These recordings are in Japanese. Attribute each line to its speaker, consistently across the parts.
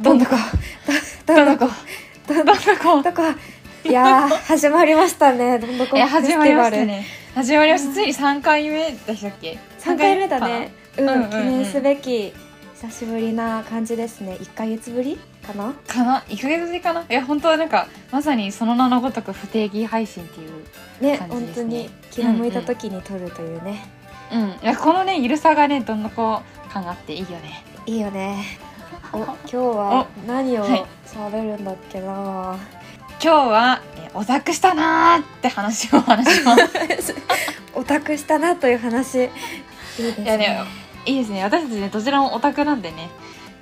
Speaker 1: どんどこ どんどこどんどこ
Speaker 2: どんどこ
Speaker 1: どこいやー始まりましたねどんどこ
Speaker 2: い
Speaker 1: フ
Speaker 2: や
Speaker 1: ェステ
Speaker 2: 始まり
Speaker 1: ィ
Speaker 2: ま
Speaker 1: バ
Speaker 2: し
Speaker 1: ル、
Speaker 2: たね始まりまし
Speaker 1: う
Speaker 2: た
Speaker 1: ん
Speaker 2: ついに3回目でしたっけ
Speaker 1: 3回目だねうん、
Speaker 2: うんうんうん
Speaker 1: 記念すべき久しぶりな感じですね1ヶ月ぶりかな
Speaker 2: かな1ヶ月ぶりかないや本当はなんかまさにその名のごとく不定期配信っていう
Speaker 1: ね
Speaker 2: 感じ
Speaker 1: 本
Speaker 2: で
Speaker 1: 当
Speaker 2: すね
Speaker 1: に気が向いた時に撮るというね、
Speaker 2: うんいやこのねゆるさがねどんどこ感があっていいよね
Speaker 1: いいよねお今日は何を
Speaker 2: はい
Speaker 1: 喋るんだっけな、
Speaker 2: 今日はえおざくしたなーって話を話し ます
Speaker 1: オタクしたなという話いいです
Speaker 2: いやね
Speaker 1: ね
Speaker 2: いいですね私たちねどちらもオタクなんでね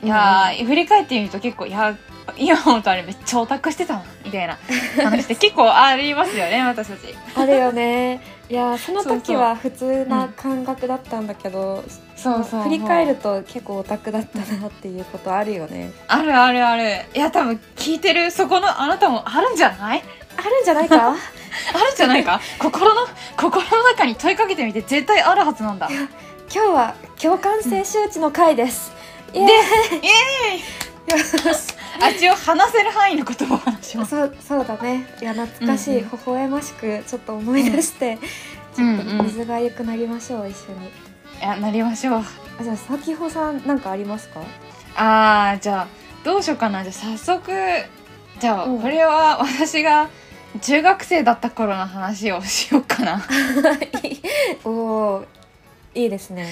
Speaker 2: いやー、振り返ってみると結構いや今思うとあれめっちゃオタクしてたなみたいな話 って結構ありますよね私たち
Speaker 1: あるよねいやその時は普通な感覚だったんだけど
Speaker 2: そうそう
Speaker 1: 振り返ると結構オタクだったなっていうことあるよね
Speaker 2: あるあるあるいや多分聞いてるそこのあなたもあるんじゃない
Speaker 1: あるんじゃないか
Speaker 2: あるんじゃないか心の心の中に問いかけてみて絶対あるはずなんだイエ
Speaker 1: 今日は共感性周知の回です、イエーイ
Speaker 2: ー
Speaker 1: よし
Speaker 2: イあ一応話せる範囲のことを話します
Speaker 1: そうそうだねいや懐かしい、
Speaker 2: うんうん
Speaker 1: 微笑ましくちょっと思い出して、
Speaker 2: うん
Speaker 1: ちょっと水がゆくなりましょう一緒に
Speaker 2: いやなりましょう
Speaker 1: あじゃあさきほさんなんかありますか
Speaker 2: あーじゃあどうしようかなじゃあ早速じゃあ
Speaker 1: うん
Speaker 2: これは私が中学生だった頃の話をしようかな
Speaker 1: おおいいですね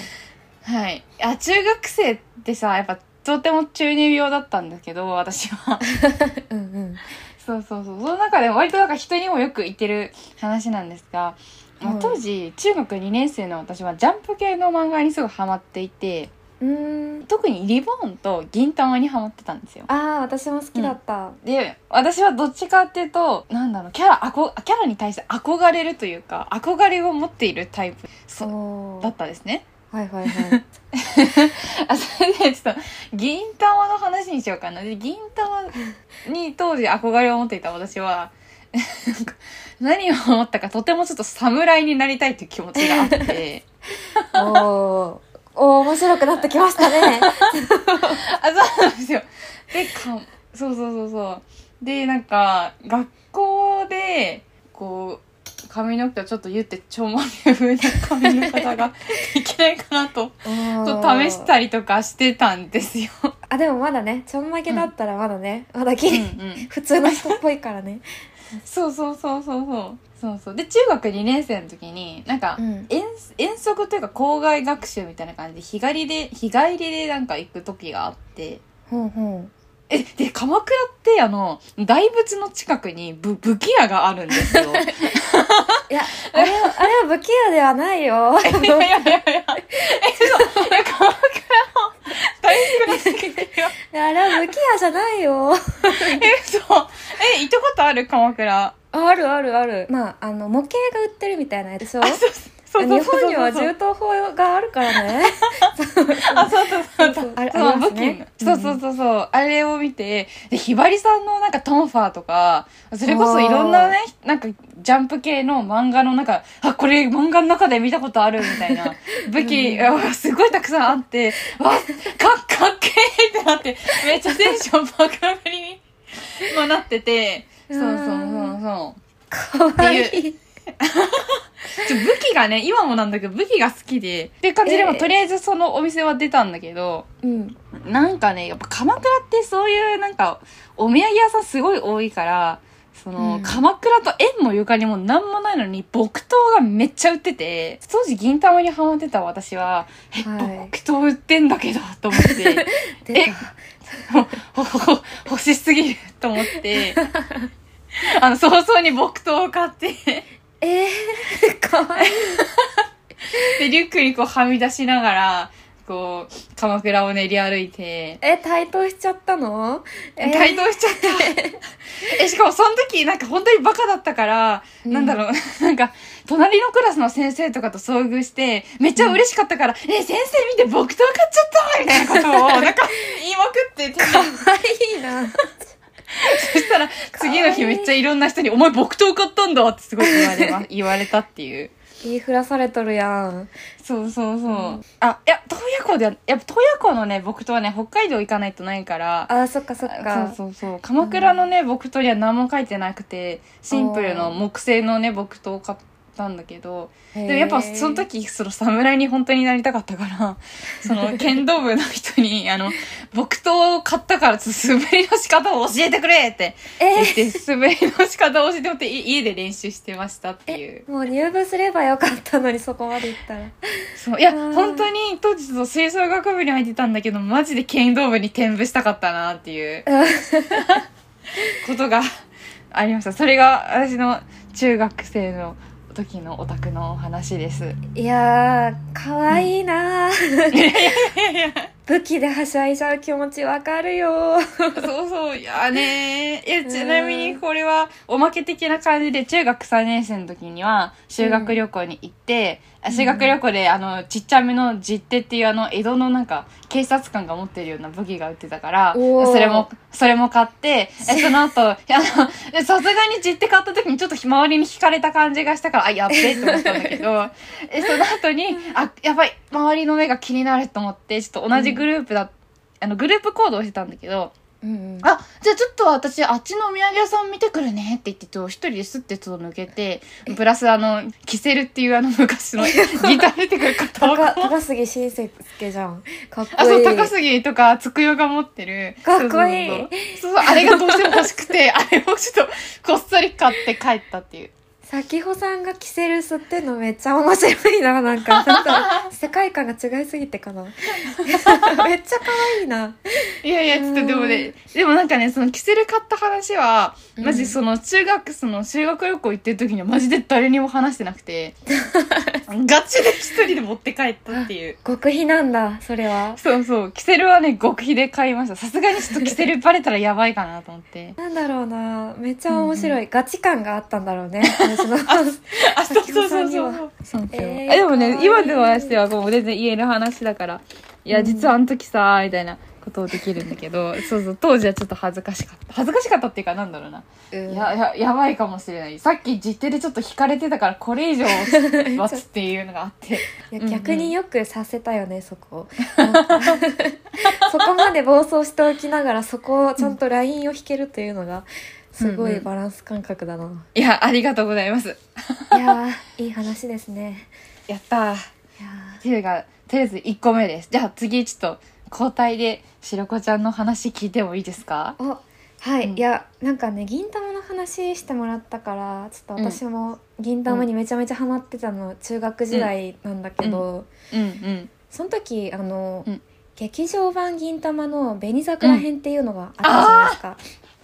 Speaker 2: はいあ中学生ってさやっぱとても中二病だったんだけど私は
Speaker 1: うんうん
Speaker 2: そうそうそうその中でも割となんか人にもよく言ってる話なんですが、まあ
Speaker 1: はい
Speaker 2: 当時中学2年生の私はジャンプ系の漫画にすごいハマっていて
Speaker 1: うーん
Speaker 2: 特にリボーンと銀玉にハマってたんですよ。
Speaker 1: ああ私も好きだった、
Speaker 2: で私はどっちかっていうとなんだろうキャラあこキャラに対して憧れるというか憧れを持っているタイプ
Speaker 1: お
Speaker 2: そう
Speaker 1: お
Speaker 2: だったですね。
Speaker 1: はいはいはい
Speaker 2: あそれでちょっと銀玉の話にしようかなで銀玉に当時憧れを持っていた私は なんか何を思ったかとてもちょっと侍になりたいという気持ちがあって
Speaker 1: おーおー面白くなってきまし たね
Speaker 2: あそうなんですよでかそうそうそうそうでなんか学校でこう髪の毛をちょっと言ってちょまげ風な髪の型がいけないかな と
Speaker 1: ち
Speaker 2: ち
Speaker 1: ょ
Speaker 2: ょっと試したりとかしてたんです よ。
Speaker 1: あでもまだねちょんまげだったらまだね、まだギ
Speaker 2: うんう
Speaker 1: リ、
Speaker 2: ん
Speaker 1: 普通の人っぽいからね
Speaker 2: そうそうそうそうそうそうそうで中学2年生の時になんか、
Speaker 1: うん
Speaker 2: 遠遠足というか校外学習みたいな感じで日帰りで日帰りでなんか行く時があって
Speaker 1: ほうほう
Speaker 2: えで鎌倉ってあの大仏の近くにぶ武器屋があるんです よい
Speaker 1: い やあれはあれは武器屋ではないよ
Speaker 2: やいやいやいやえそういや鎌倉の大仏の近くには
Speaker 1: あれは武器屋じゃないよ
Speaker 2: えそうえ行ったことある鎌倉
Speaker 1: あるあるあるまああの模型が売ってるみたいなやつでしょ
Speaker 2: あそうそうそう
Speaker 1: 日
Speaker 2: そう
Speaker 1: 本には
Speaker 2: そう
Speaker 1: 銃刀法があるからね
Speaker 2: あ、そうそう そうそう。
Speaker 1: あれ
Speaker 2: そう
Speaker 1: ありますね
Speaker 2: 武器のそうそうそうそう。あれを見て、で、ひばりさんのなんかトンファーとか、それこそいろんなね、なんかジャンプ系の漫画の中、あ、これ漫画の中で見たことあるみたい な武器
Speaker 1: う
Speaker 2: がすごいたくさんあって、わ、かっ、かっけーってなって、めっちゃテンション爆上がりにもなってて、そうそうそうそう。
Speaker 1: かわいい
Speaker 2: ちょ武器がね、今もなんだけど、武器が好きで、って感じで、まあ
Speaker 1: ええ
Speaker 2: とりあえずそのお店は出たんだけど、
Speaker 1: うん
Speaker 2: なんかね、やっぱ鎌倉ってそういうなんか、お土産屋さんすごい多いから、その、
Speaker 1: うん
Speaker 2: 鎌倉と縁もゆかりもなんもないのに、木刀がめっちゃ売ってて、当時銀玉にハマってた私は、え、
Speaker 1: はい
Speaker 2: 木刀売ってんだけど、と思って、
Speaker 1: 出
Speaker 2: えほほほ欲しすぎる、と思って、あの、早々に木刀を買って、
Speaker 1: たえ ー、かわいい
Speaker 2: で、リュックにこうはみ出しながら、こう、鎌倉を練り歩いて、
Speaker 1: え対等しちゃったのえ
Speaker 2: 対等しちゃ った。え、しかもその時、なんか本当にバカだったから、
Speaker 1: うん
Speaker 2: なんだろう、 なんか、隣のクラスの先生とかと遭遇して、めっちゃ嬉しかったから、え、先生見て僕と分かっちゃったみたいなことを、なんか、言いまくってて、
Speaker 1: かわいいな
Speaker 2: そした ら、次の日めっちゃいろんな人に、お前僕と受かったんだってすごい言われま、言われたっていう。
Speaker 1: 言いふらされとるやん
Speaker 2: そうそうそう、
Speaker 1: うん
Speaker 2: あいや洞爺湖ではやっぱ洞爺湖のね僕とはね北海道行かないとないから
Speaker 1: あーそっかそっか
Speaker 2: そうそうそう鎌倉のね木刀には何も書いてなくてシンプルの木製のね木刀を買ったんだけど
Speaker 1: へー
Speaker 2: でもやっぱその時その侍に本当になりたかったから その剣道部の人にあの木刀を買ったからちょっと滑りの仕方を教えてくれって
Speaker 1: え
Speaker 2: 言って滑りの仕方を教えてもらってい家で練習してましたっていう
Speaker 1: ーもう入部すればよかったのにそこまで行ったら
Speaker 2: そういや
Speaker 1: うん
Speaker 2: 本当に当時そう吹奏楽部に入ってたんだけどマジで剣道部に転部したかったなっていう
Speaker 1: うん
Speaker 2: ことがありましたそれが私の中学生の時のオタクのお話です
Speaker 1: いやーかわいいなー武器ではしゃいじゃう気持ちわかるよ
Speaker 2: そうそういやねいや
Speaker 1: うん
Speaker 2: ちなみにこれはおまけ的な感じで中学3年生の時には修学旅行に行って、あ修学旅行であのちっちゃめの実手っていうあの江戸のなんか警察官が持ってるような武器が売ってたから
Speaker 1: おー
Speaker 2: それもそれも買 ってえその後あのでさすがに実手買った時にちょっと周りに惹かれた感じがしたからあやっべえって思ったんだけ どえその後にあやばい周りの目が気になると思ってちょっと同じグループだ、あのグループ行動してたんだけど、
Speaker 1: うんうん
Speaker 2: あ、じゃあちょっと私、あっちのお土産屋さん見てくるねって言って、ちょ一人でスッてちょっと抜けて、プラスあの、キセルっていうあの昔 のギター出てくる方
Speaker 1: 高
Speaker 2: を。
Speaker 1: 高杉晋介じゃんかっこいい
Speaker 2: あ、そう、高杉とか、つくよが持ってる。
Speaker 1: かっこいい
Speaker 2: そうそうそうそうそう、あれがどうしても欲しく て、あれをちょっと、こっそり買って帰ったっていう。
Speaker 1: 咲穂さんがキセル吸ってんのめっちゃ面白いななん かちょっと世界観が違いすぎてかな めっちゃ可愛いない
Speaker 2: やいや、ちょっとでもね、でもなんかね、そのキセル買った話は、
Speaker 1: うん
Speaker 2: マジその中学、その修学旅行行ってる時にはマジで誰にも話してなく て、ガチで一人で持って帰ったっていう。
Speaker 1: 極秘なんだそれは
Speaker 2: そうそう。キセルはね、極秘で買いました。さすがにちょっとキセルバレたらやばいかなと思って。
Speaker 1: なんだろうなめっちゃ面白い、ガチ感があったんだろうね私 の
Speaker 2: あ、そうそうそう
Speaker 1: キセ
Speaker 2: そ
Speaker 1: ルさんに
Speaker 2: う。そうそう
Speaker 1: えー
Speaker 2: あでも
Speaker 1: かわ
Speaker 2: ね、
Speaker 1: いい
Speaker 2: 今ではしてはもう全然言える話だから。いや、実はあの時さ、みたいなことをできるんだけど、 そうそう、当時はちょっと恥ずかしかった。恥ずかしかったっていうか、なんだろうな。
Speaker 1: うん
Speaker 2: や、や、やばいかもしれない。さっき実手でちょっと引かれてたから、これ以上はっていうのがあって。
Speaker 1: い
Speaker 2: うんう
Speaker 1: や
Speaker 2: ん
Speaker 1: 逆によくさせたよね、そこなん かそこまで暴走しておきながらそこをちゃんとラインを引けるというのがすご
Speaker 2: うん
Speaker 1: い
Speaker 2: うん
Speaker 1: バランス感覚だな、
Speaker 2: いや、ありがとうございます。
Speaker 1: いやーいい話ですね
Speaker 2: やったー。
Speaker 1: いや
Speaker 2: っていうがとりあえず1個目ですじゃあ次ちょっと交代で白子ちゃんの話聞いてもいいですか
Speaker 1: ーおはい、
Speaker 2: うん
Speaker 1: いやなんかね銀玉の話してもらったからちょっ
Speaker 2: うん
Speaker 1: と私も銀玉にめちゃめちゃハマってたの中学時代なんだけど、
Speaker 2: うんうん
Speaker 1: その時あの、
Speaker 2: うん
Speaker 1: 劇場版銀玉の紅桜編っていうのがあったじゃないですか、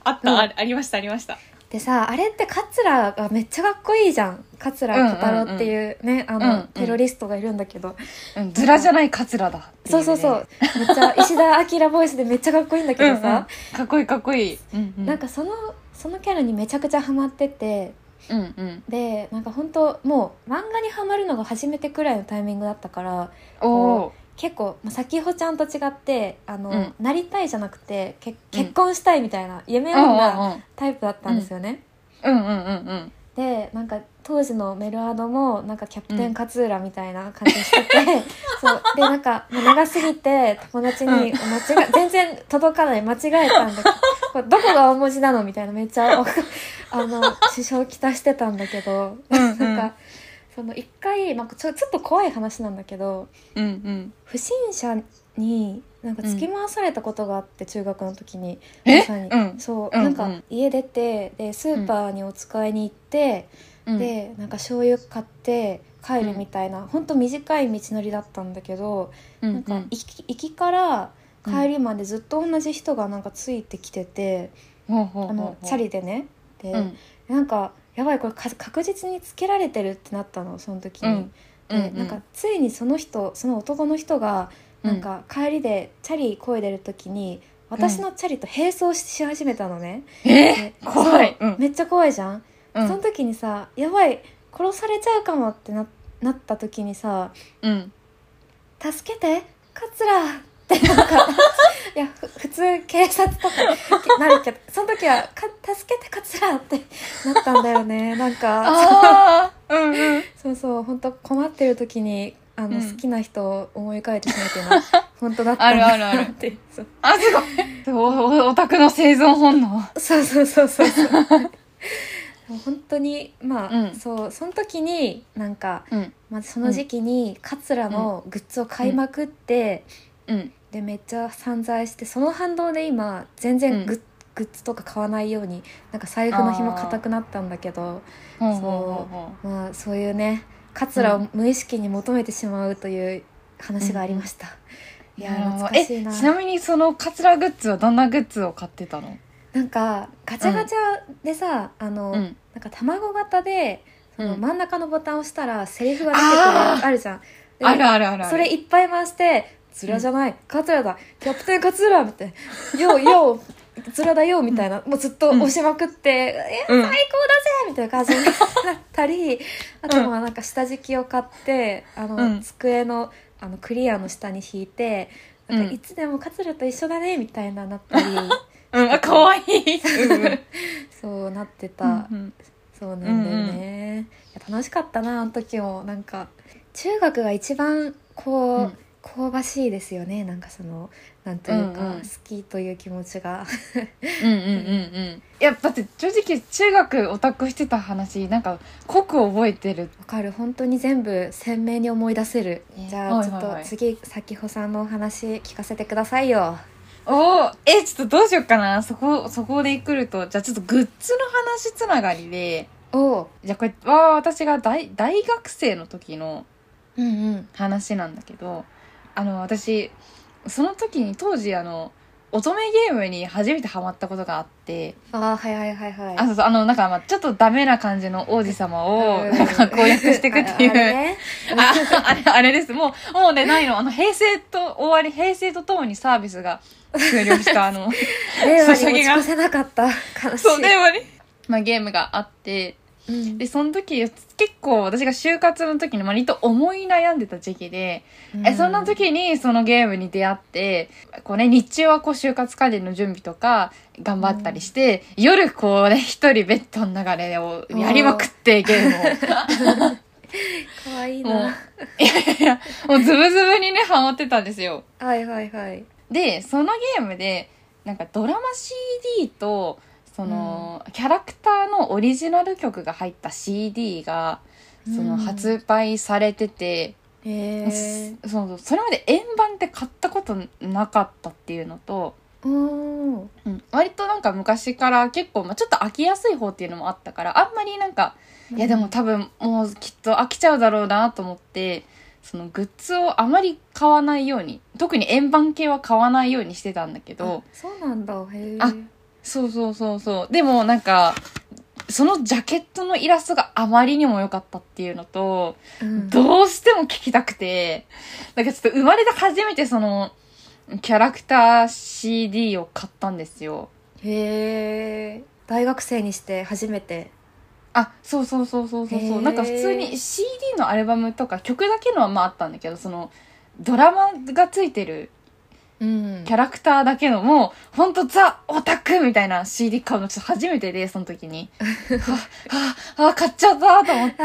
Speaker 2: あった、
Speaker 1: うん
Speaker 2: あありましたありました
Speaker 1: でさあれって桂がめっちゃかっこいいじゃん桂小太郎っていうね、あの、
Speaker 2: うんうん
Speaker 1: テロリストがいるんだけど、
Speaker 2: うんズラじゃないカツラだってい
Speaker 1: そうそうそうめっちゃ石田明ボイスでめっちゃかっこいいんだけ
Speaker 2: うんう
Speaker 1: ど
Speaker 2: ん
Speaker 1: さ
Speaker 2: か、っこいいかっこいい、うんうん、
Speaker 1: なんかそのそのキャラにめちゃくちゃハマってて
Speaker 2: うんうん
Speaker 1: でなんか本当もう漫画にハマるのが初めてくらいのタイミングだったから
Speaker 2: おお
Speaker 1: 結構、まあ、咲穂ちゃんと違ってあの、
Speaker 2: うん
Speaker 1: なりたいじゃなくてけ
Speaker 2: うん
Speaker 1: 結婚したいみたいな夢
Speaker 2: うんう
Speaker 1: を
Speaker 2: ん
Speaker 1: なタイプだったんですよね。
Speaker 2: うんうんうん
Speaker 1: でなんか当時のメルアドもなんかキャプテン勝浦みたいな感じしてて、 そうでなんかもう長すぎて友達に
Speaker 2: うん
Speaker 1: 間違え全然届かない間違えたんだけど これどこが大文字なのみたいなめっちゃ あの支障をきたしてたんだけど、
Speaker 2: うんうん
Speaker 1: なんかその一回、まあ、ちょちょっと怖い話なんだけど
Speaker 2: うんうん
Speaker 1: 不審者になんか突き回されたことがあって、中学の時に。
Speaker 2: え
Speaker 1: まさに
Speaker 2: うん
Speaker 1: そう、
Speaker 2: うん
Speaker 1: な
Speaker 2: うん
Speaker 1: んか家出てでスーパーにお使いに行って。
Speaker 2: うん
Speaker 1: でなんか醤油買って帰るみたいな、ほんと短い道のりだったんだけど、
Speaker 2: うん
Speaker 1: な
Speaker 2: う
Speaker 1: んか
Speaker 2: ん
Speaker 1: 行き行きから帰りまでずっと同じ人がなんかついてきてて、
Speaker 2: ほうほうほうほう
Speaker 1: あのチャリでねで、
Speaker 2: うん
Speaker 1: なんかやばいこれか確実につけられてるってなったのその時
Speaker 2: う
Speaker 1: に。
Speaker 2: んう
Speaker 1: でなんかついにその人その男の人がなんか帰りでチャリ漕いでる時に私のチャリと並走し始めたのね、
Speaker 2: え
Speaker 1: で
Speaker 2: 怖い
Speaker 1: そう
Speaker 2: うん
Speaker 1: めっちゃ怖いじゃん
Speaker 2: うん
Speaker 1: その時にさやばい殺されちゃうかもってななった時にさ
Speaker 2: うん
Speaker 1: 「助けて桂」ってな んかいやふ普通警察とかきなる けどその時はか「助けて桂」ってなったんだよねなんか
Speaker 2: あうんうん
Speaker 1: そうそう本当困ってる時にあの、
Speaker 2: うん
Speaker 1: 好きな人を思い浮かべてしまうっていうのは 本当だったん
Speaker 2: あるあ
Speaker 1: だ
Speaker 2: るあ
Speaker 1: な
Speaker 2: る
Speaker 1: ってそう
Speaker 2: あすごい そうおおオタクの生存本能
Speaker 1: そうそうそうそ うそうもう本当にまあ、
Speaker 2: うん
Speaker 1: そうその時になんか、
Speaker 2: うん
Speaker 1: まあ、その時期にカツラのグッズを買いまくって、
Speaker 2: うん
Speaker 1: でめっちゃ散財してその反動で今全然グッ,、グッズとか買わないようになんか財布の紐硬くなったんだけど
Speaker 2: ほう
Speaker 1: そ
Speaker 2: ほう
Speaker 1: う
Speaker 2: ほうほう
Speaker 1: まあそういうねカツラを無意識に求めてしまうという話がありました、いやー懐かしいな
Speaker 2: えちなみにそのカツラグッズはどんなグッズを買ってたの
Speaker 1: なんかガチャガチャでさ、あの、
Speaker 2: うん
Speaker 1: なんか卵型でその
Speaker 2: うん
Speaker 1: 真ん中のボタンを押したらセリフが出てくるやつあるじゃんで
Speaker 2: あるあるあるある
Speaker 1: それいっぱい回して「ズラじゃない、カツラだキャプテンカツラ」みたいな「ようようズラだよ」みたいな、もうずっと押しまくって「え
Speaker 2: うん
Speaker 1: 最高だぜ!」みたいな感じにな ったりあとはなんか下敷きを買ってあの、
Speaker 2: うん
Speaker 1: 机のあのクリアの下に引いてなん
Speaker 2: う
Speaker 1: か
Speaker 2: ん
Speaker 1: いつでもカツラと一緒だねみたいななっ たり
Speaker 2: うんあ可愛いうんうん
Speaker 1: そうなってた、
Speaker 2: うん
Speaker 1: そうなんだよね、いや楽しかったなあの時もなんか中学が一番こう、
Speaker 2: うん
Speaker 1: 香ばしいですよねなんかそのなんというか、
Speaker 2: うんうん
Speaker 1: 好きという気持ちが
Speaker 2: うんうんうんいやだって正直中学オタクしてた話なんか濃く覚えてる
Speaker 1: わかる本当に全部鮮明に思い出せる、
Speaker 2: ね
Speaker 1: じゃあ
Speaker 2: はい
Speaker 1: ちょ
Speaker 2: は
Speaker 1: っ
Speaker 2: いは
Speaker 1: と
Speaker 2: い
Speaker 1: 次咲穂さんのお話聞かせてくださいよ
Speaker 2: おおえちょっとどうしようかなそこそこで来るとじゃあちょっとグッズの話つながりで
Speaker 1: おう
Speaker 2: じゃあこれは私が大大学生の時の
Speaker 1: うんうん
Speaker 2: 話なんだけどあの私その時に当時あの乙女ゲームに初めてハマったことがあって、
Speaker 1: ああはいはいはいはい
Speaker 2: あそうそうあのなんかまあちょっとダメな感じの王子様をなんか攻略していくってい
Speaker 1: ああれ
Speaker 2: う。
Speaker 1: ね
Speaker 2: あ あれあれですもうもうねないのあの平成と終わり平成とともにサービスが終了したあ の
Speaker 1: 令和に
Speaker 2: ソシャ
Speaker 1: 持
Speaker 2: ゲ
Speaker 1: ち
Speaker 2: が
Speaker 1: 越せなかった悲しい
Speaker 2: そう電話に、 まあ、ゲームがあって
Speaker 1: うん
Speaker 2: でその時結構私が就活の時に割と思い悩んでた時期で、えそんな時にそのゲームに出会ってこう、ね、日中はこう就活関連の準備とか頑張ったりして、夜こうね一人ベッドの中でをやりまくってゲ ームを。
Speaker 1: かわいい
Speaker 2: もう
Speaker 1: な、
Speaker 2: いやいやいや、もうズブズブにね、ハマってたんですよ。
Speaker 1: はいはいはい
Speaker 2: で、そのゲームで、なんかドラマ CD と、その、キャラクターのオリジナル曲が入った CD が、その、
Speaker 1: うん
Speaker 2: 発売されてて、
Speaker 1: へえ
Speaker 2: そそうそれまで円盤って買ったことなかったっていうのと、
Speaker 1: おー
Speaker 2: うん、割となんか昔から結構、まあ、ちょっと飽きやすい方っていうのもあったからあんまりなんかいやでも多分もうきっと飽きちゃうだろうなと思ってそのグッズをあまり買わないように特に円盤系は買わないようにしてたんだけど
Speaker 1: あそうなんだへえ
Speaker 2: あそうそうそうそうでもなんかそのジャケットのイラストがあまりにも良かったっていうのと
Speaker 1: うん
Speaker 2: どうしても聞きたくてなんかちょっと生まれて初めてそのキャラクター CD を買ったんですよ
Speaker 1: へえ大学生にして初めて
Speaker 2: あそうそうそうそうそう
Speaker 1: へ
Speaker 2: そう
Speaker 1: ー
Speaker 2: なんか普通に CD のアルバムとか曲だけのはまああったんだけどそのドラマがついてる
Speaker 1: うん
Speaker 2: キャラクターだけのもうほんとザ・オタクみたいな CD 買うのちょっと初めてでその時 にはあはあ買っちゃったと思って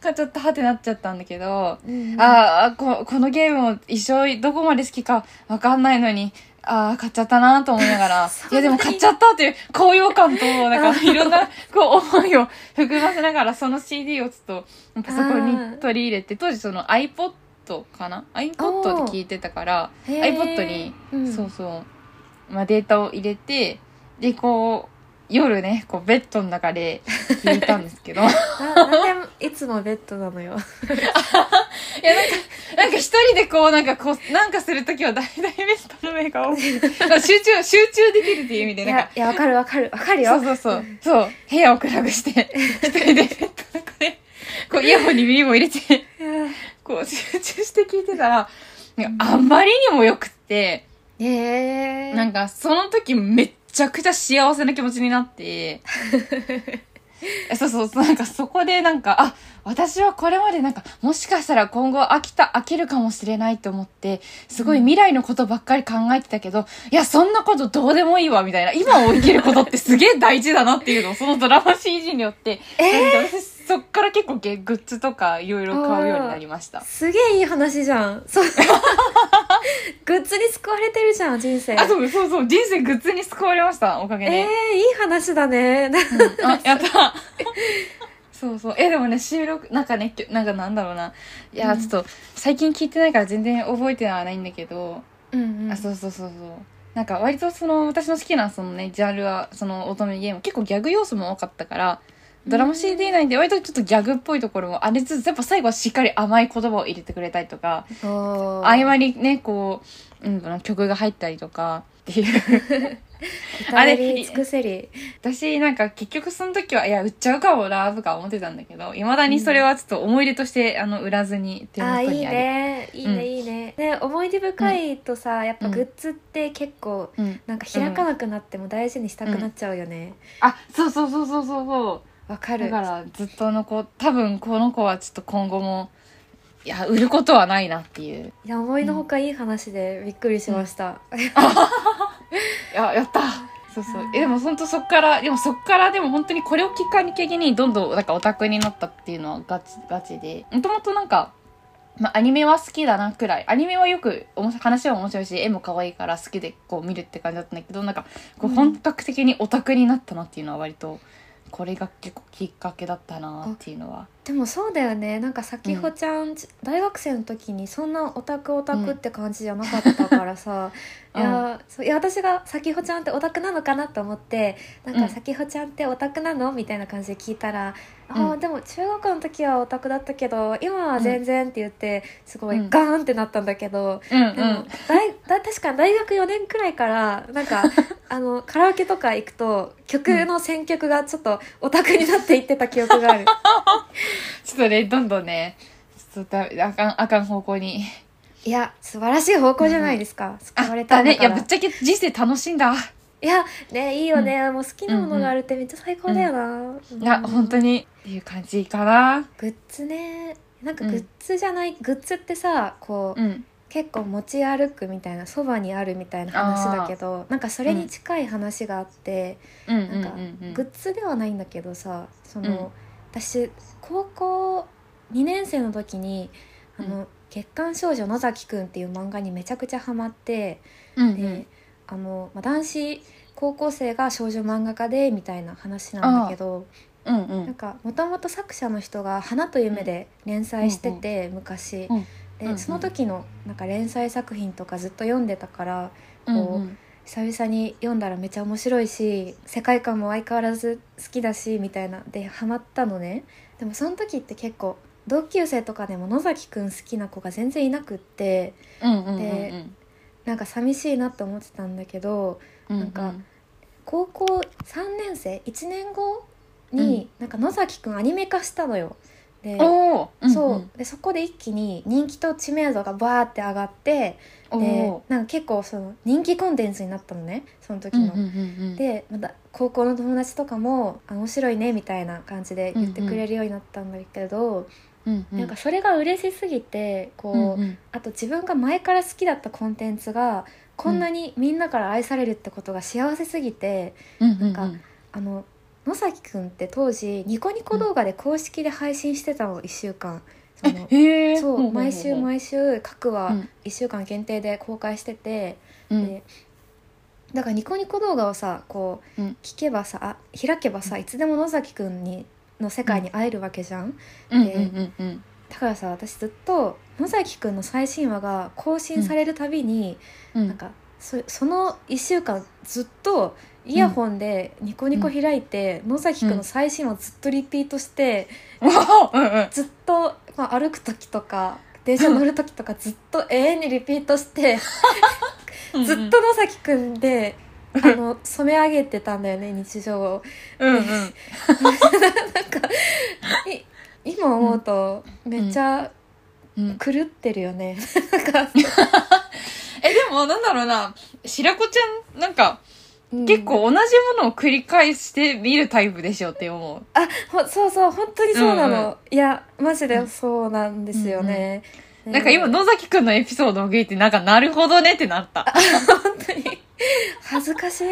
Speaker 2: 買っちゃったってなっちゃったんだけど
Speaker 1: うん
Speaker 2: ああここのゲームを一生どこまで好きかわかんないのにああ買っちゃったなと思いなが ら
Speaker 1: そん
Speaker 2: い
Speaker 1: な
Speaker 2: や
Speaker 1: に
Speaker 2: でも買っちゃったっていう高揚感と なんかいろんなこう思いを含ませながらその CD をちょっとパソコンに取り入れて当時その iPod かな iPod で聞いてたから
Speaker 1: へー
Speaker 2: iPod に、
Speaker 1: うん
Speaker 2: そうそう、まあ、データを入れてでこう夜ねこうベッドの中で聞いたんですけどいや
Speaker 1: ななんでいつもベッドな のよ
Speaker 2: なんかなんか一人でこうなんかこうなんかする時は大体ベッドの目が多くてなんか 集中集中できるっていう意味
Speaker 1: い
Speaker 2: でなん
Speaker 1: や
Speaker 2: か
Speaker 1: いやわかるわかるわかる
Speaker 2: そ
Speaker 1: よ
Speaker 2: うそうそうそう部屋を暗くして一人で ベッドの中でこうイヤホンに耳も入れてこう集中して聞いてたらなんかあまりにもよくって。
Speaker 1: へえ
Speaker 2: なんかその時めっちゃくちゃ幸せな気持ちになってえそうそうそうなんかそこでなんかあ私はこれまでなんかもしかしたら今後飽きた飽きるかもしれないと思ってすごい未来のことばっかり考えてたけど、いやそんなことどうでもいいわみたいな今を生きることってすげえ大事だなっていうのをそのドラマ CG によって、なんか私そっから結構ゲグッズとかいろいろ買うようになりました
Speaker 1: すげえいい話じゃ んそうグッズに救われてるじゃん人生
Speaker 2: あそうそうそう人生グッズに救われましたおかげ
Speaker 1: え
Speaker 2: で、
Speaker 1: えいい話だね
Speaker 2: あやったそうそうえでもね収録なんかねきょなんかなんだろうないや、
Speaker 1: うん
Speaker 2: ちょっと最近聞いてないから全然覚えてはないんだけど、
Speaker 1: うん、うん、
Speaker 2: あそうそうそうそうなんか割とその私の好きなそのねジャンルはその乙女ゲーム結構ギャグ要素も多かったからドラマ CD 内で割とちょっとギャグっぽいところもありつつやっぱ最後はしっかり甘い言葉を入れてくれたりとか
Speaker 1: 合
Speaker 2: 合間にねこう、うん、この曲が入ったりとかっていうあれ
Speaker 1: り尽くせり
Speaker 2: 私なんか結局その時はいや売っちゃうかもなとか思ってたんだけどいまだにそれはちょっと思い出として、あの売らずに手
Speaker 1: ああ
Speaker 2: 元
Speaker 1: ーいい
Speaker 2: にある
Speaker 1: ねいい
Speaker 2: うん
Speaker 1: ねいいね、ね思い出深いとさ、やっぱグッズって結構
Speaker 2: うん、
Speaker 1: なんか開かなくなっても大事にしたくなっちゃうよね
Speaker 2: あそうそうそうそうそうそ
Speaker 1: わ、か
Speaker 2: うだ
Speaker 1: る
Speaker 2: からずっとの子多分この子はちょっと今後もいや売ることはないなっていう
Speaker 1: いや思いのほかいい話でびっくりしました、
Speaker 2: いややったそうそうえでも本当そっからでもそっからでも本当にこれをきっかけにどんどんなんかオタクになったっていうのはガチガチでもともとなんか、まあ、アニメは好きだなくらいアニメはよくおも話は面白いし絵も可愛いから好きでこう見るって感じだったんだけどなんかこう
Speaker 1: うん
Speaker 2: 本格的にオタクになったなっていうのは割とこれが結構きっかけだったなっていうのは
Speaker 1: でもそうだよねなんか咲穂ちゃん、ち大学生の時にそんなオタクオタクって感じじゃなかったからさ、
Speaker 2: うん
Speaker 1: いやそういや私が咲穂ちゃんってオタクなのかなと思ってなん
Speaker 2: う
Speaker 1: か
Speaker 2: ん
Speaker 1: 咲穂ちゃんってオタクなのみたいな感じで聞いたら、
Speaker 2: うん
Speaker 1: ああでも中学の時はオタクだったけど今は全然って言ってすごい
Speaker 2: うん
Speaker 1: ガーンってなったんだけど。
Speaker 2: うんう
Speaker 1: でも
Speaker 2: ん
Speaker 1: 大だ確かに大学4年くらいからなん かあのカラオケとか行くと曲の選曲がちょっとオタクになっていってた記憶がある
Speaker 2: ちょっとねどんどんねちょっとだあかんあかん方向に
Speaker 1: いや素晴らしい方向じゃないですか、
Speaker 2: あ
Speaker 1: 救われた
Speaker 2: だ
Speaker 1: んだ
Speaker 2: ねい
Speaker 1: から
Speaker 2: やぶっちゃけ人生楽しいんだ
Speaker 1: いやねいいよね、もう好きなものがあるってめっちゃ最高だよな、うん
Speaker 2: いや本当にっていう感じかな
Speaker 1: グッズねなんかグッズじゃない、グッズってさこう、
Speaker 2: うん
Speaker 1: 結構持ち歩くみたいなそばにあるみたいな話だけどなんかそれに近い話があって、
Speaker 2: うん
Speaker 1: なんかグッズではないんだけどさその、
Speaker 2: うん
Speaker 1: 私高校2年生の時に「あの月刊少女野崎くん」っていう漫画にめちゃくちゃハマって、
Speaker 2: うん
Speaker 1: であのまあ男子高校生が少女漫画家でみたいな話なんだけど
Speaker 2: うんうんうん
Speaker 1: なんかもともと作者の人が「花と夢」で連載してて、昔。
Speaker 2: うん
Speaker 1: で、
Speaker 2: うんうん
Speaker 1: その時のなんか連載作品とかずっと読んでたからこう
Speaker 2: うんうん
Speaker 1: 久々に読んだらめちゃ面白いし世界観も相変わらず好きだしみたいなでハマったのねでもその時って結構同級生とかでも野崎くん好きな子が全然いなくって
Speaker 2: うんうんうんうん
Speaker 1: でなんか寂しいなって思ってたんだけど
Speaker 2: うん
Speaker 1: なんか高校3年生1年後に、なんか野崎くんアニメ化したのよ。で
Speaker 2: おお
Speaker 1: そうでそこで一気に人気と知名度がバーって上がって
Speaker 2: うん
Speaker 1: で
Speaker 2: お
Speaker 1: なんか結構その人気コンテンツになったのねその時
Speaker 2: ー
Speaker 1: の。
Speaker 2: うんうんうん
Speaker 1: でまた高校の友達とかも「あ面白いね」みたいな感じで言ってくれるようになったんだけど、
Speaker 2: うんうん
Speaker 1: なんかそれが嬉しすぎてこう、
Speaker 2: うんうん
Speaker 1: あと自分が前から好きだったコンテンツがこんなにみんなから愛されるってことが幸せすぎて、
Speaker 2: うん
Speaker 1: なんかあの野崎くんって当時ニコニコ動画で公式で配信してたの1週間。その
Speaker 2: へえ
Speaker 1: そう毎週毎週各話
Speaker 2: うん
Speaker 1: 1週間限定で公開してて、
Speaker 2: うん
Speaker 1: でだからニコニコ動画をさこう、
Speaker 2: うん
Speaker 1: 聞けばさあ開けばさいつでも野崎くんにの世界に会えるわけじゃん、
Speaker 2: うん
Speaker 1: で
Speaker 2: うんうん
Speaker 1: だからさ私ずっと野崎くんの最新話が更新されるたびに、
Speaker 2: うん
Speaker 1: なんかそその1週間ずっとイヤホンでニコニコ開いて、野崎くんの最新話ずっとリピートして、
Speaker 2: わおうんうん
Speaker 1: ずっと、まあ、歩く時とか電車乗る時とかずっと永遠にリピートして
Speaker 2: うんうん
Speaker 1: ずっと野崎くんで、あの、染め上げてたんだよね、日常を。
Speaker 2: うんうん
Speaker 1: なんか、い今思うと、めっちゃ
Speaker 2: うん
Speaker 1: 狂ってるよね。なんか、
Speaker 2: えでもなんだろうな白子ちゃんなんか
Speaker 1: うん
Speaker 2: 結構同じものを繰り返して見るタイプでしょって思う。
Speaker 1: あほそうそう本当にそうなの、
Speaker 2: うんう
Speaker 1: いやマジでそうなんですよね、ね
Speaker 2: なんか今野崎くんのエピソードを聞いてなんかなるほどねってなった。
Speaker 1: 本当に恥ずかしい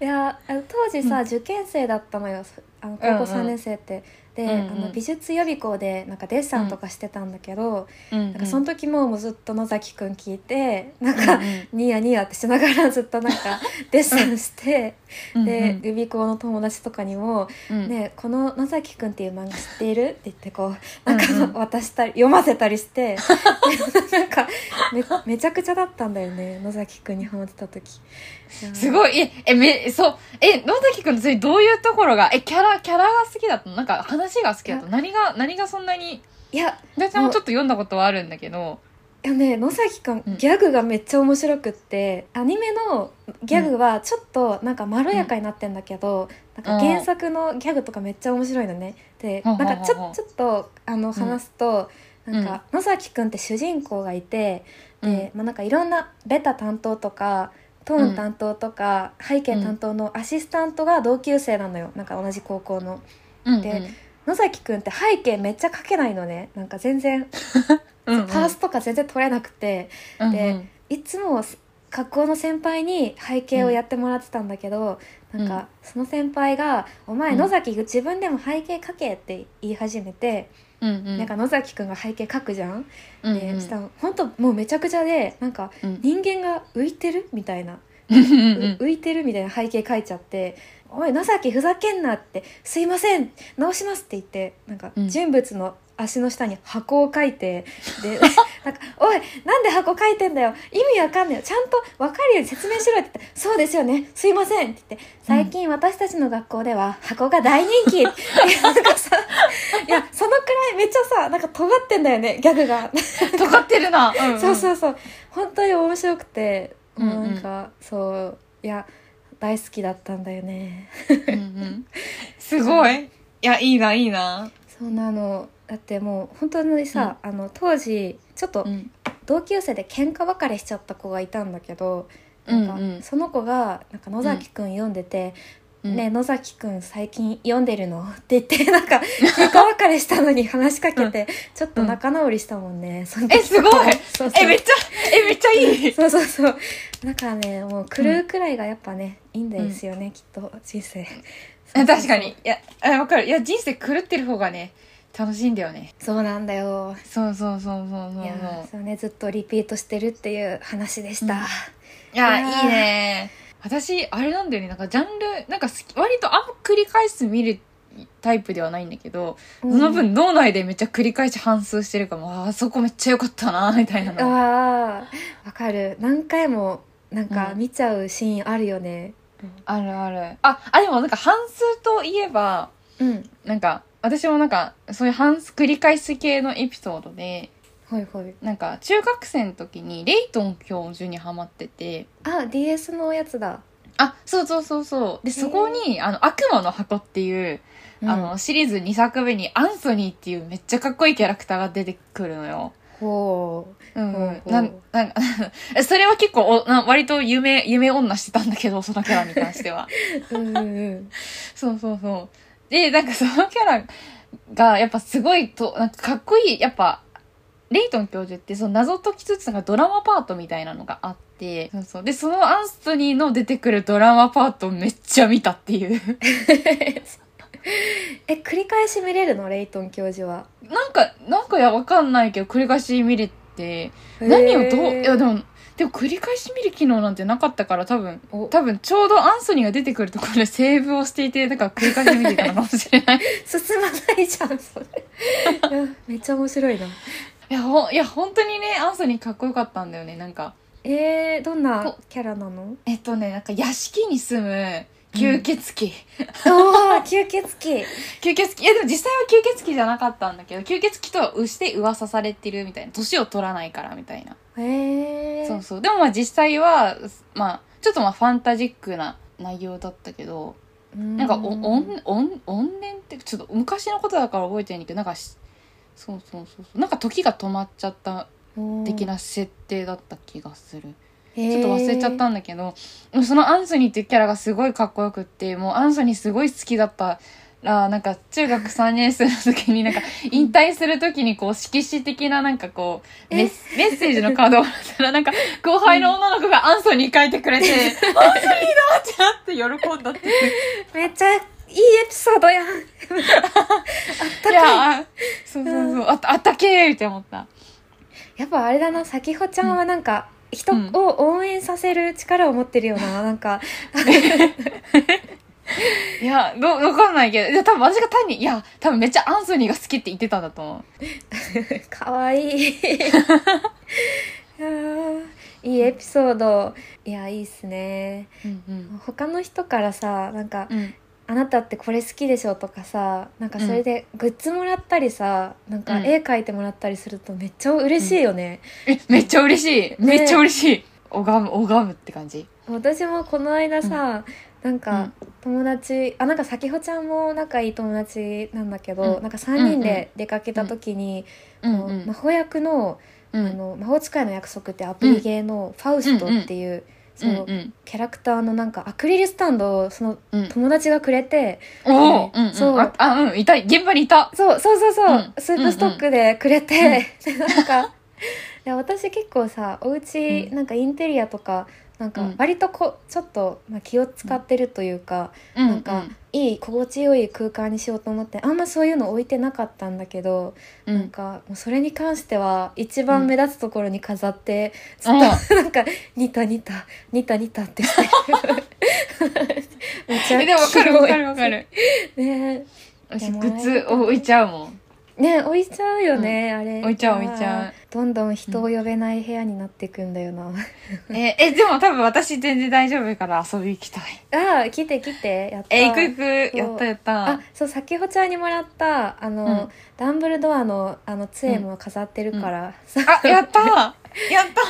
Speaker 1: いやあの当時さ、
Speaker 2: う
Speaker 1: 受験生だったのよあの
Speaker 2: うんう
Speaker 1: 高
Speaker 2: ん
Speaker 1: 校3年生って、で、
Speaker 2: うんうん
Speaker 1: あの美術予備校でなんかデッサンとかしてたんだけど、
Speaker 2: なん
Speaker 1: なんかその時ももうずっと野崎くん聞いてなん
Speaker 2: うん
Speaker 1: か、ニヤニヤってしながらずっとなんかデッサンして、
Speaker 2: うん
Speaker 1: で、予備校の友達とかにも
Speaker 2: うんうん
Speaker 1: ねえこの野崎くんっていう漫画知っている?」って言ってこうなんか
Speaker 2: うんうん
Speaker 1: 渡したり読ませたりして なんかめめちゃくちゃだったんだよね野崎くんにハマってた時
Speaker 2: す
Speaker 1: い
Speaker 2: ごい、え、え、め、そう、え、野崎くんそれどういうところが、え、キャラ、キャラが好きだったのなんか話が好きだったの何が、何がそんなに、
Speaker 1: いや
Speaker 2: だいたいもちょっと読んだことはあるんだけど、
Speaker 1: いやね野崎くん
Speaker 2: うん
Speaker 1: ギャグがめっちゃ面白くってアニメのギャグはちょっとなんかまろやかになってんだけど、なんか原作のギャグとかめっちゃ面白いのねで
Speaker 2: ほ
Speaker 1: な
Speaker 2: うんほうほう
Speaker 1: かちょちょっとあの話すと、なんか野崎くんって主人公がいて、で、まあ、なんかいろんなベタ担当とかトーン担当とか、背景担当のアシスタントが同級生なのよなんか同じ高校の
Speaker 2: うん、
Speaker 1: で野崎くんって背景めっちゃ描けないのねなんか全然
Speaker 2: うん、うん、
Speaker 1: パースとか全然取れなくて、
Speaker 2: うんうん
Speaker 1: でいつも学校の先輩に背景をやってもらってたんだけど、
Speaker 2: うん
Speaker 1: なんかその先輩が「お前
Speaker 2: うん
Speaker 1: 野崎自分でも背景描け」って言い始めて、
Speaker 2: うんうん、
Speaker 1: なんか野崎くんが背景描くじゃん、
Speaker 2: うんうん、
Speaker 1: でしたら本当もうめちゃくちゃでなんか
Speaker 2: うん
Speaker 1: 人間が浮いてるみたいな、
Speaker 2: うんうんうん
Speaker 1: う浮いてるみたいな背景書いちゃって「おい野崎ふざけんな」って「すいません直します」って言ってなんか
Speaker 2: うん
Speaker 1: 人物の足の下に箱を書いて でなんか「おいなんで箱書いてんだよ意味わかんないよちゃんとわかるように説明しろ」って言って「そうですよねすいません」って言って「最近私たちの学校では箱が大人気」いやなん かさいやそのくらいめっちゃさなんか尖ってんだよねギャグが。
Speaker 2: 尖ってるな。うんん
Speaker 1: そうそうそう本当に面白くて、
Speaker 2: うんうん
Speaker 1: なんかそういや大好きだったんだよね
Speaker 2: うんうんすごい。いや、いいな、いいな。
Speaker 1: そうなのだってもう本当にさ、あの当時ちょっと
Speaker 2: うん。
Speaker 1: 同級生で喧嘩別れしちゃった子がいたんだけど、なんか
Speaker 2: うんうん
Speaker 1: その子がなんか野崎くん読んでて「ねえ野崎くん最近読んでるの?」って言って なんか喧嘩別れしたのに話し かけて、ちょっと仲直りしたもんね、その時
Speaker 2: えすごい
Speaker 1: そうそう
Speaker 2: え、めっちゃ、え、めっちゃいい。
Speaker 1: そうそうそう。だからね、もう狂うくらいがやっぱね、いいんですよね、きっと人 生。
Speaker 2: 確かに。いや、あわかる。いや、人生狂ってる方がね、楽しいんだよね。
Speaker 1: そうなんだよ。
Speaker 2: そうそうそうそう
Speaker 1: い
Speaker 2: そう
Speaker 1: や
Speaker 2: そ
Speaker 1: ー、そうね、ずっとリピートしてるっていう話でした。
Speaker 2: うんう。いや、
Speaker 1: いやー
Speaker 2: いいね。私、あれなんだよね。なんか、ジャンル、なんか好き、割とあんま繰り返して見るタイプではないんだけど、
Speaker 1: うん
Speaker 2: その分脳内でめっちゃ繰り返し反数してるから、あーあそこめっちゃ良かったな、 みたいな
Speaker 1: あ
Speaker 2: の。
Speaker 1: ーわかる。何回もなんか
Speaker 2: うん
Speaker 1: 見ちゃうシーンあるよね。
Speaker 2: あるある。あ、あ、でもなんか反数といえば、
Speaker 1: うん。
Speaker 2: なんか、私もなんか、そういう反数繰り返し系のエピソードで、
Speaker 1: ほいほい。
Speaker 2: なんか、中学生の時に、レイトン教授にハマってて、
Speaker 1: あ、DS のやつだ。
Speaker 2: あ、そうそうそうそう。で、そこに、あの、悪魔の箱っていう、
Speaker 1: うん
Speaker 2: あ、の、シリーズ2作目に、アンソニーっていうめっちゃかっこいいキャラクターが出てくるのよ。
Speaker 1: ほ
Speaker 2: うんうん。
Speaker 1: ほうほう
Speaker 2: なん、なんか、 それは結構おな、割と夢、夢女してたんだけど、そのキャラに関しては。
Speaker 1: う。うんうん うん。
Speaker 2: そうそうそう。で、なんかそのキャラが、やっぱすごいと、なんかかっこいい、やっぱ、レイトン教授ってその謎解きつつなんかドラマパートみたいなのがあって、そうそう。で、そのアンソニーの出てくるドラマパートめっちゃ見たっていう。
Speaker 1: え、繰り返し見れるのレイトン教授は。
Speaker 2: なんか、なんかやわかんないけど、繰り返し見れて、何をどう、
Speaker 1: へー
Speaker 2: いやでも、でも繰り返し見る機能なんてなかったから多分、
Speaker 1: お
Speaker 2: 多分ちょうどアンソニーが出てくるところでセーブをしていて、だから繰り返し見てたのかもしれない。
Speaker 1: 進まないじゃ んそれいやめっちゃ面白いない
Speaker 2: や、ほん、いや、本当にね、アンソニーかっこよかったんだよね、なんか。
Speaker 1: えー、どんなキャラ なの
Speaker 2: えっとね、なんか屋敷に住む吸血鬼。
Speaker 1: おお吸血鬼
Speaker 2: 吸血鬼。いや、でも実際は吸血鬼じゃなかったんだけど、吸血鬼とはうして噂されてるみたいな。年を取らないからみたいな。
Speaker 1: えー、
Speaker 2: そうそう。でもまあ実際は、まあ、ちょっとまあファンタジックな内容だったけど、
Speaker 1: うーん
Speaker 2: なんかお、おん、おん、怨念って、ちょっと昔のことだから覚えてないけど、なんかし、そうそうそうそう。なんか時が止まっちゃった的な設定だった気がする。
Speaker 1: ち
Speaker 2: ちょっと忘れちゃったんだけど、そのアンソニーっていうキャラがすごいかっこよくってもうアンソニーすごい好きだったらなんか中学3年生の時になんか引退する時にこう色紙的ななんかこうメッメッセージのカードをもらったらなんか後輩の女の子がアンソニー書いてくれて「アンソニーだ!」ってなって喜んだっていう
Speaker 1: めっちゃいいエピソードやんあった
Speaker 2: い
Speaker 1: かい
Speaker 2: やあそうそうそうああったけーって思った
Speaker 1: やっぱあれだな咲穂ちゃんはなんか、人を応援させる力を持ってるような、な んか、
Speaker 2: いやどわかんないけどいや多分私が単にいや多分めっちゃアンソニーが好きって言ってたんだと思う
Speaker 1: かわい い。いやーいいエピソード。いや、いいっすね。
Speaker 2: うんうん
Speaker 1: 他の人からさ、なんか、
Speaker 2: うん
Speaker 1: あなたってこれ好きでしょとかさ、なんかそれでグッズもらったりさ、なんか
Speaker 2: うん
Speaker 1: 絵描いてもらったりするとめっちゃ嬉しいよね。
Speaker 2: えめっちゃ嬉しいめっちゃ嬉しい拝む拝むって感じ
Speaker 1: 私もこの間さ、なんか友達、あ、なんか咲穂ちゃんも仲いい友達なんだけど、
Speaker 2: うん
Speaker 1: なんか3人で出かけた時に、
Speaker 2: うん
Speaker 1: こ
Speaker 2: う
Speaker 1: うん魔法役の
Speaker 2: う
Speaker 1: あ
Speaker 2: ん
Speaker 1: の魔法使いの約束ってアプリゲーのファウストっていう、その
Speaker 2: うん
Speaker 1: キャラクターのなんかアクリルスタンドをその
Speaker 2: うん
Speaker 1: 友達がくれて、
Speaker 2: おお
Speaker 1: うんそう
Speaker 2: ああうんいた現場にいた
Speaker 1: そうそうそうそう、
Speaker 2: うん
Speaker 1: スープストックでくれて、で なんかいや私結構さお家
Speaker 2: うん
Speaker 1: なんかインテリアとかなん
Speaker 2: う
Speaker 1: か
Speaker 2: ん
Speaker 1: 割とこうちょっと、まあ、気を使ってるというか、
Speaker 2: うん
Speaker 1: なんかいい心地よい空間にしようと思ってあんまそういうの置いてなかったんだけど、
Speaker 2: うんう
Speaker 1: なん
Speaker 2: ん
Speaker 1: かもうそれに関しては一番目立つところに飾って、ずっ
Speaker 2: うん
Speaker 1: と なんか「ニタニタニタニタ」って してるめっちゃ
Speaker 2: えでもわ かる
Speaker 1: キモい
Speaker 2: わかるわかる
Speaker 1: ね
Speaker 2: 私グッズを置いちゃうもん
Speaker 1: ね置いちゃうよね、あれ
Speaker 2: 置いちゃう置いちゃう
Speaker 1: どんどん人を呼べない部屋になっていくんだよな、 あ
Speaker 2: ええでも多分私全然大丈夫から遊び行きたい
Speaker 1: あ 来て来てやった
Speaker 2: え行く行くや
Speaker 1: そう
Speaker 2: ったやった
Speaker 1: あそう先ほちゃんにもらったあの、
Speaker 2: うん
Speaker 1: ダンブルドアのあの杖も飾ってる から、
Speaker 2: あやったやった
Speaker 1: あ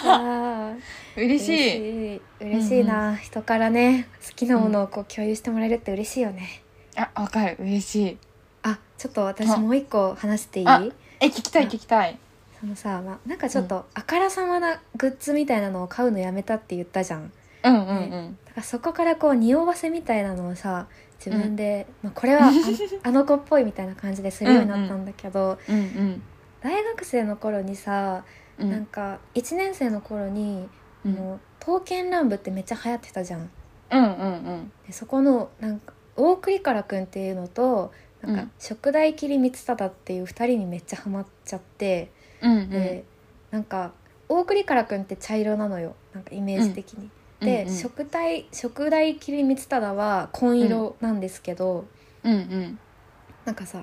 Speaker 1: あ
Speaker 2: 嬉しい
Speaker 1: 嬉しい嬉しいな、人からね好きなものをこう共有してもらえるって嬉しいよね、
Speaker 2: あわかる嬉しい
Speaker 1: あちょっと私
Speaker 2: あ
Speaker 1: もう一個話していい
Speaker 2: あえ聞きたい
Speaker 1: うん
Speaker 2: 聞きたい
Speaker 1: そのさ、まあ、なんかちょっとあからさまなグッズみたいなのを買うのやめたって言ったじゃん
Speaker 2: うんうんうん
Speaker 1: だからそこからこう匂わせみたいなのをさ自分で、まあ、これはあ あの子っぽいみたいな感じでするようになったんだけど、
Speaker 2: うんうん
Speaker 1: 大学生の頃にさ、
Speaker 2: うん
Speaker 1: なんか1年生の頃に、
Speaker 2: う
Speaker 1: あ
Speaker 2: ん
Speaker 1: の刀剣乱舞ってめっちゃ流行ってたじゃん
Speaker 2: うんうん
Speaker 1: でそこのなんか大栗からくんっていうのとなんか、
Speaker 2: うん
Speaker 1: 食大切り光忠っていう2人にめっちゃハマっちゃって、
Speaker 2: うんうん
Speaker 1: でなんか大栗からくんって茶色なのよなんかイメージ的
Speaker 2: う
Speaker 1: に。
Speaker 2: ん
Speaker 1: で、
Speaker 2: うん
Speaker 1: 食大食大切り光忠は紺色なんですけど、
Speaker 2: うんうん
Speaker 1: なんかさ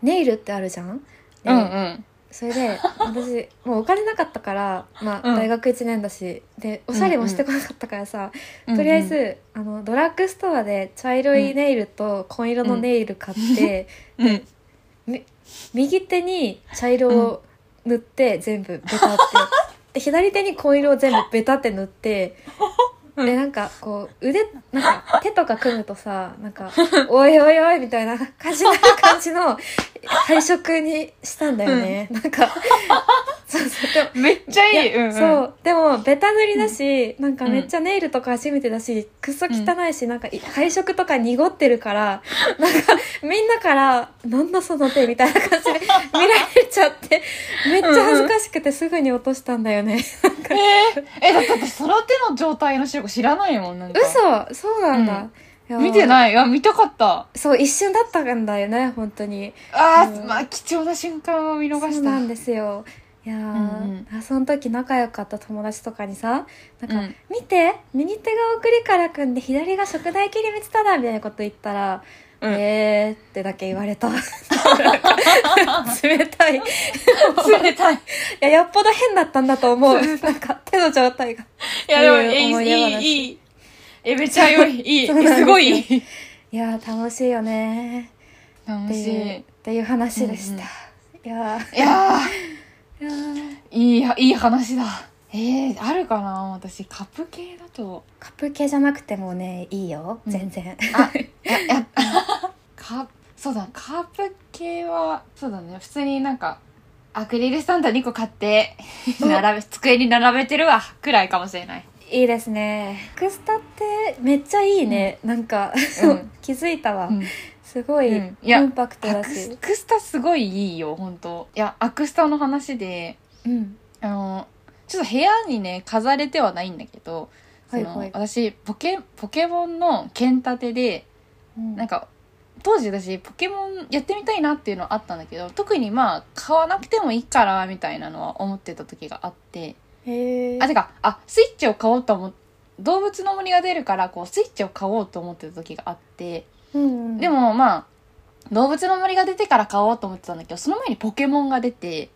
Speaker 1: ネイルってあるじゃん。で
Speaker 2: うんうん
Speaker 1: それで私もうお金なかったから、まあ
Speaker 2: うん
Speaker 1: 大学1年だしでおしゃれもしてこなかったからさ、とりあえず、あのドラッグストアで茶色いネイルと紺色のネイル 買って、
Speaker 2: うんうん
Speaker 1: 右手に茶色を塗って全部ベ タって、で左手に紺色を全部ベタって塗って、
Speaker 2: うん
Speaker 1: でなんかこう腕なんか手とか組むとさなんか「おいおいおい」みたいな感じな感 じの配色にしたんだよね。なんかそうそうでも
Speaker 2: めっちゃいい
Speaker 1: や
Speaker 2: うんうん
Speaker 1: そうでもベタ塗りだし、なんかめっちゃネイルとか初めてだしクソ汚いし、なんかい配色とか濁ってるからなんかみんなから「なんだその手」みたいな感じで見られちゃってめっちゃ恥ずかしくてすぐに落としたんだよね、
Speaker 2: えーえだって私その手の状態の白子知らないもんなんか
Speaker 1: 嘘そうなんだ、や
Speaker 2: 見てないいや見たかった
Speaker 1: そう一瞬だったんだよね本当に
Speaker 2: あ
Speaker 1: う
Speaker 2: ー
Speaker 1: ん
Speaker 2: まあ貴重な瞬間を見逃
Speaker 1: そ
Speaker 2: し
Speaker 1: う
Speaker 2: た
Speaker 1: なんですよいやー、
Speaker 2: うん
Speaker 1: あその時仲良かった友達とかにさなんか、
Speaker 2: うん
Speaker 1: 見て右手が送りからくんで左が食大切り光忠だみたいなこと言ったら「
Speaker 2: うん
Speaker 1: えー」ってだけ言われた冷たいい
Speaker 2: 冷 たい
Speaker 1: ややっぽど変だったんだと思うなんか手の状態が
Speaker 2: いやでも
Speaker 1: いい
Speaker 2: い
Speaker 1: 思
Speaker 2: い
Speaker 1: い
Speaker 2: いいい
Speaker 1: 出話
Speaker 2: いえめっちゃ 良いいい
Speaker 1: そうなんですよ
Speaker 2: すごいいい
Speaker 1: いやー楽しいよねーっ
Speaker 2: 楽
Speaker 1: て
Speaker 2: し
Speaker 1: い
Speaker 2: いう
Speaker 1: っていう話でした、いや
Speaker 2: いやー
Speaker 1: ーいやー
Speaker 2: いいいい話だえー、あるかな私カップ系だと
Speaker 1: カップ系じゃなくてもねいいよ
Speaker 2: うん
Speaker 1: 全然、
Speaker 2: ややカそうだカープ系はそうだね普通になんかアクリルスタンド2個買って並べ机に並べてるわくらいかもしれない
Speaker 1: いいですねクスタってめっちゃいいね、なんか、
Speaker 2: うん
Speaker 1: 気づいたわ、
Speaker 2: うん
Speaker 1: すごい
Speaker 2: うんい
Speaker 1: イ
Speaker 2: や
Speaker 1: ンパクト
Speaker 2: ア
Speaker 1: だ
Speaker 2: クス
Speaker 1: し、
Speaker 2: クスタすごいいいよ本当いやアクスタの話で
Speaker 1: うん、
Speaker 2: あのちょっと部屋にね飾れてはないんだけど、
Speaker 1: はい
Speaker 2: その
Speaker 1: はい
Speaker 2: 私ポケポケモンの剣立てでなん
Speaker 1: か
Speaker 2: か当時私ポケモンやってみたいなっていうのあったんだけど特にまあ買わなくてもいいからみたいなのは思ってた時があって
Speaker 1: へえ
Speaker 2: あてかあスイッチを買おうと思っ動物の森が出るからこうスイッチを買おうと思ってた時があって
Speaker 1: うんうん、
Speaker 2: でもまあ動物の森が出てから買おうと思ってたんだけどその前にポケモンが出て、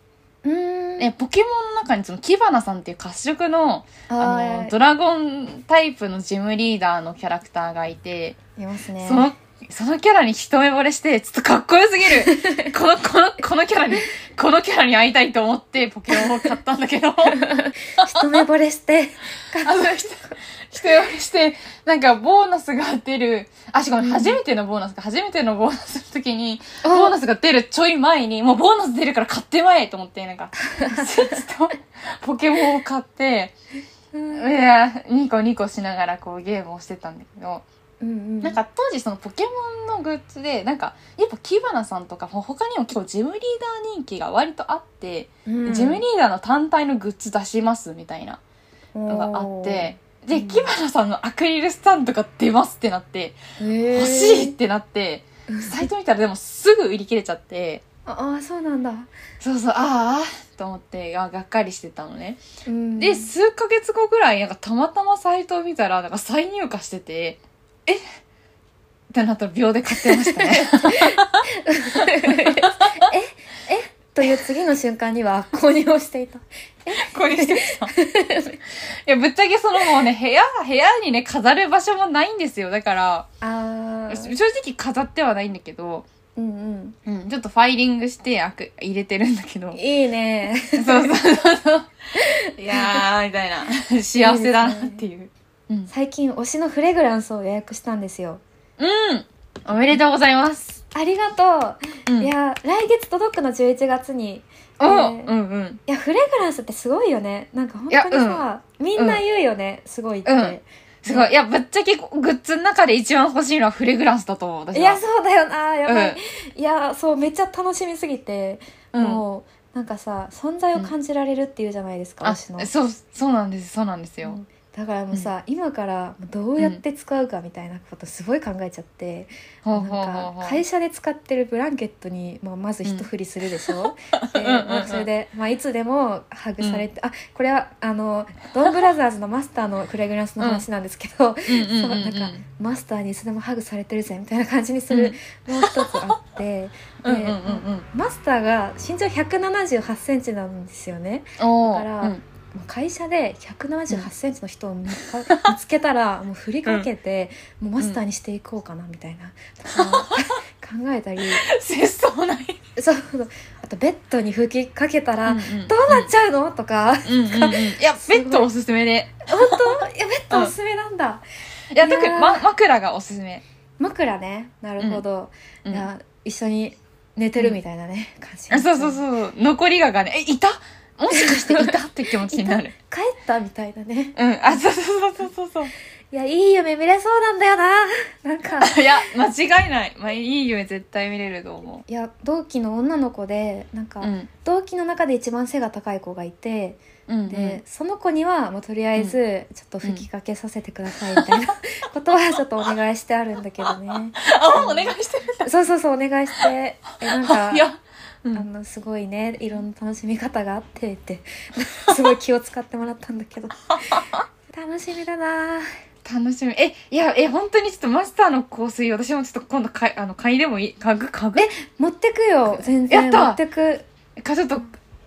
Speaker 1: うーん
Speaker 2: ね、ポケモンの中にそのキバナさんっていう褐色の
Speaker 1: あ
Speaker 2: あのドラゴンタイプのジムリーダーのキャラクターがいて。
Speaker 1: いますね
Speaker 2: その、そのキャラに一目惚れして、ちょっとかっこよすぎ る。この、この、このキャラに、このキャラに会いたいと思ってポケモンを買ったんだけど、 あ
Speaker 1: 一目惚れ して
Speaker 2: の人、一目惚れして、なんかボーナスが出る、あ、しかも
Speaker 1: うん
Speaker 2: 初めてのボーナスか、初めてのボーナスの時に、ボーナスが出るちょい前に、もうボーナス出るから買ってまえと思って、なんか、スイッチとポケモンを買って、い
Speaker 1: うん
Speaker 2: や、ニコニコしながらこうゲームをしてたんだけど、
Speaker 1: うん
Speaker 2: なんか当時そのポケモンのグッズでなんかやっぱキバナさんとかほ他にも結構ジムリーダー人気が割とあって、
Speaker 1: うん
Speaker 2: ジムリーダーの単体のグッズ出しますみたいなのがあって
Speaker 1: おー
Speaker 2: で
Speaker 1: うん
Speaker 2: キバナさんのアクリルスタンドが出ますってなって
Speaker 1: おー
Speaker 2: 欲しいってなって
Speaker 1: へー
Speaker 2: サイト見たらでもすぐ売り切れちゃって
Speaker 1: ああそうなんだ、
Speaker 2: そうそうああと思ってあがっかりしてたのね
Speaker 1: うん、
Speaker 2: で数ヶ月後ぐらいなんかたまたまサイトを見たらなんか再入荷しててえってなったら秒で買ってましたね
Speaker 1: という次の瞬間には購入をしていた
Speaker 2: こうにしてきた。 いや、ぶっちゃけそのもうね、部屋、部屋にね、飾る場所もないんですよ。だから、
Speaker 1: あ
Speaker 2: 正
Speaker 1: ー
Speaker 2: 直飾ってはないんだけど、
Speaker 1: うん
Speaker 2: うん、ちょっとファイリングして、あく、入れてるんだけど
Speaker 1: うん。いいね
Speaker 2: そうそうそう そう。いやー、みたいな。幸せだなっていう。うん。
Speaker 1: 最近推しのフレグランスを予約したんですよ
Speaker 2: うんおめでとうございます。
Speaker 1: ありがと
Speaker 2: う
Speaker 1: う、
Speaker 2: ん。
Speaker 1: いや来月届くの11月に
Speaker 2: お
Speaker 1: ね
Speaker 2: うんうん。
Speaker 1: いやフレグランスってすごいよねなんか本
Speaker 2: いや
Speaker 1: 当にさ、みんな言うよね、すごいって、
Speaker 2: うんすごい。いや、ぶっちゃけグッズの中で一番欲しいのはフレグランスだと思う。私はい
Speaker 1: やそうだよなやばい、
Speaker 2: うん
Speaker 1: いやそうめっちゃ楽しみすぎて、
Speaker 2: うん。
Speaker 1: もうなんかさ存在を感じられるっていうじゃないですか、
Speaker 2: あ、
Speaker 1: 推しの
Speaker 2: そう、そうなんです。そうなんです
Speaker 1: う
Speaker 2: よ。
Speaker 1: んだからもうさ、今からどうやって使うかみたいなことすごい考えちゃって、
Speaker 2: ほう
Speaker 1: なん
Speaker 2: ほうほうほ
Speaker 1: か
Speaker 2: う。
Speaker 1: 会社で使ってるブランケットに、まあ、まず一振りするでし ょ、で
Speaker 2: うんうんうん
Speaker 1: なんかそれで、まあ、いつでもハグされて、あこれはあのドンブラザーズのマスターのフレグランスの話なんですけ
Speaker 2: う
Speaker 1: ど、
Speaker 2: んうんうんうん
Speaker 1: そうなんかマスターにいつでもハグされてるぜみたいな感じにする、もう一つあって
Speaker 2: うんうんうんうん
Speaker 1: マスターが身長1 7 8ンチなんですよね。
Speaker 2: おー
Speaker 1: だから
Speaker 2: うん
Speaker 1: もう会社で1 7 8ンチの人 を見か見つけたらもう振りかけて、もうマスターにしていこうかなみたいな、とか考え たり
Speaker 2: 切相ない
Speaker 1: そうあとベッドに吹きかけたら、
Speaker 2: うん
Speaker 1: ど
Speaker 2: うん
Speaker 1: うなっちゃうのとか
Speaker 2: うんうんうんいやベッドおすすめで
Speaker 1: 本当いやベッドおすすめなんだ、
Speaker 2: いや
Speaker 1: いやー
Speaker 2: 特にま枕がおすすめ
Speaker 1: 枕ねなるほど、
Speaker 2: うん
Speaker 1: いや一緒に寝てるみたいなね、感じ
Speaker 2: あそうそうそう残りががねえいたもしかしていたって気持ちになる
Speaker 1: 帰ったみた いなね
Speaker 2: うんあそうそうそうそうそう
Speaker 1: いやいい夢見れそうなんだよ ななんか
Speaker 2: いや間違いないまあいい夢絶対見れると思
Speaker 1: いや同期の女の子でなんか、
Speaker 2: ううん
Speaker 1: 同期の中で一番背が高い子がいて
Speaker 2: うんうん
Speaker 1: で、その子には、まあ、とりあえずちょっと吹きかけさせてくださいみたいなことはちょっとお願いしてあるんだけどね
Speaker 2: あお願いしてる
Speaker 1: そうそうそうお願いしてえなんか
Speaker 2: いやう
Speaker 1: あ
Speaker 2: ん
Speaker 1: のすごいねいろんな楽しみ方があってって すごい気を使ってもらったんだけど楽しみだな
Speaker 2: 楽しみえいやえ本当にちょっとマスターの香水私もちょっと今度かいあの嗅いでもいい嗅ぐ嗅ぐ
Speaker 1: 持ってくよ全然
Speaker 2: やった
Speaker 1: 持ってく
Speaker 2: かちょっと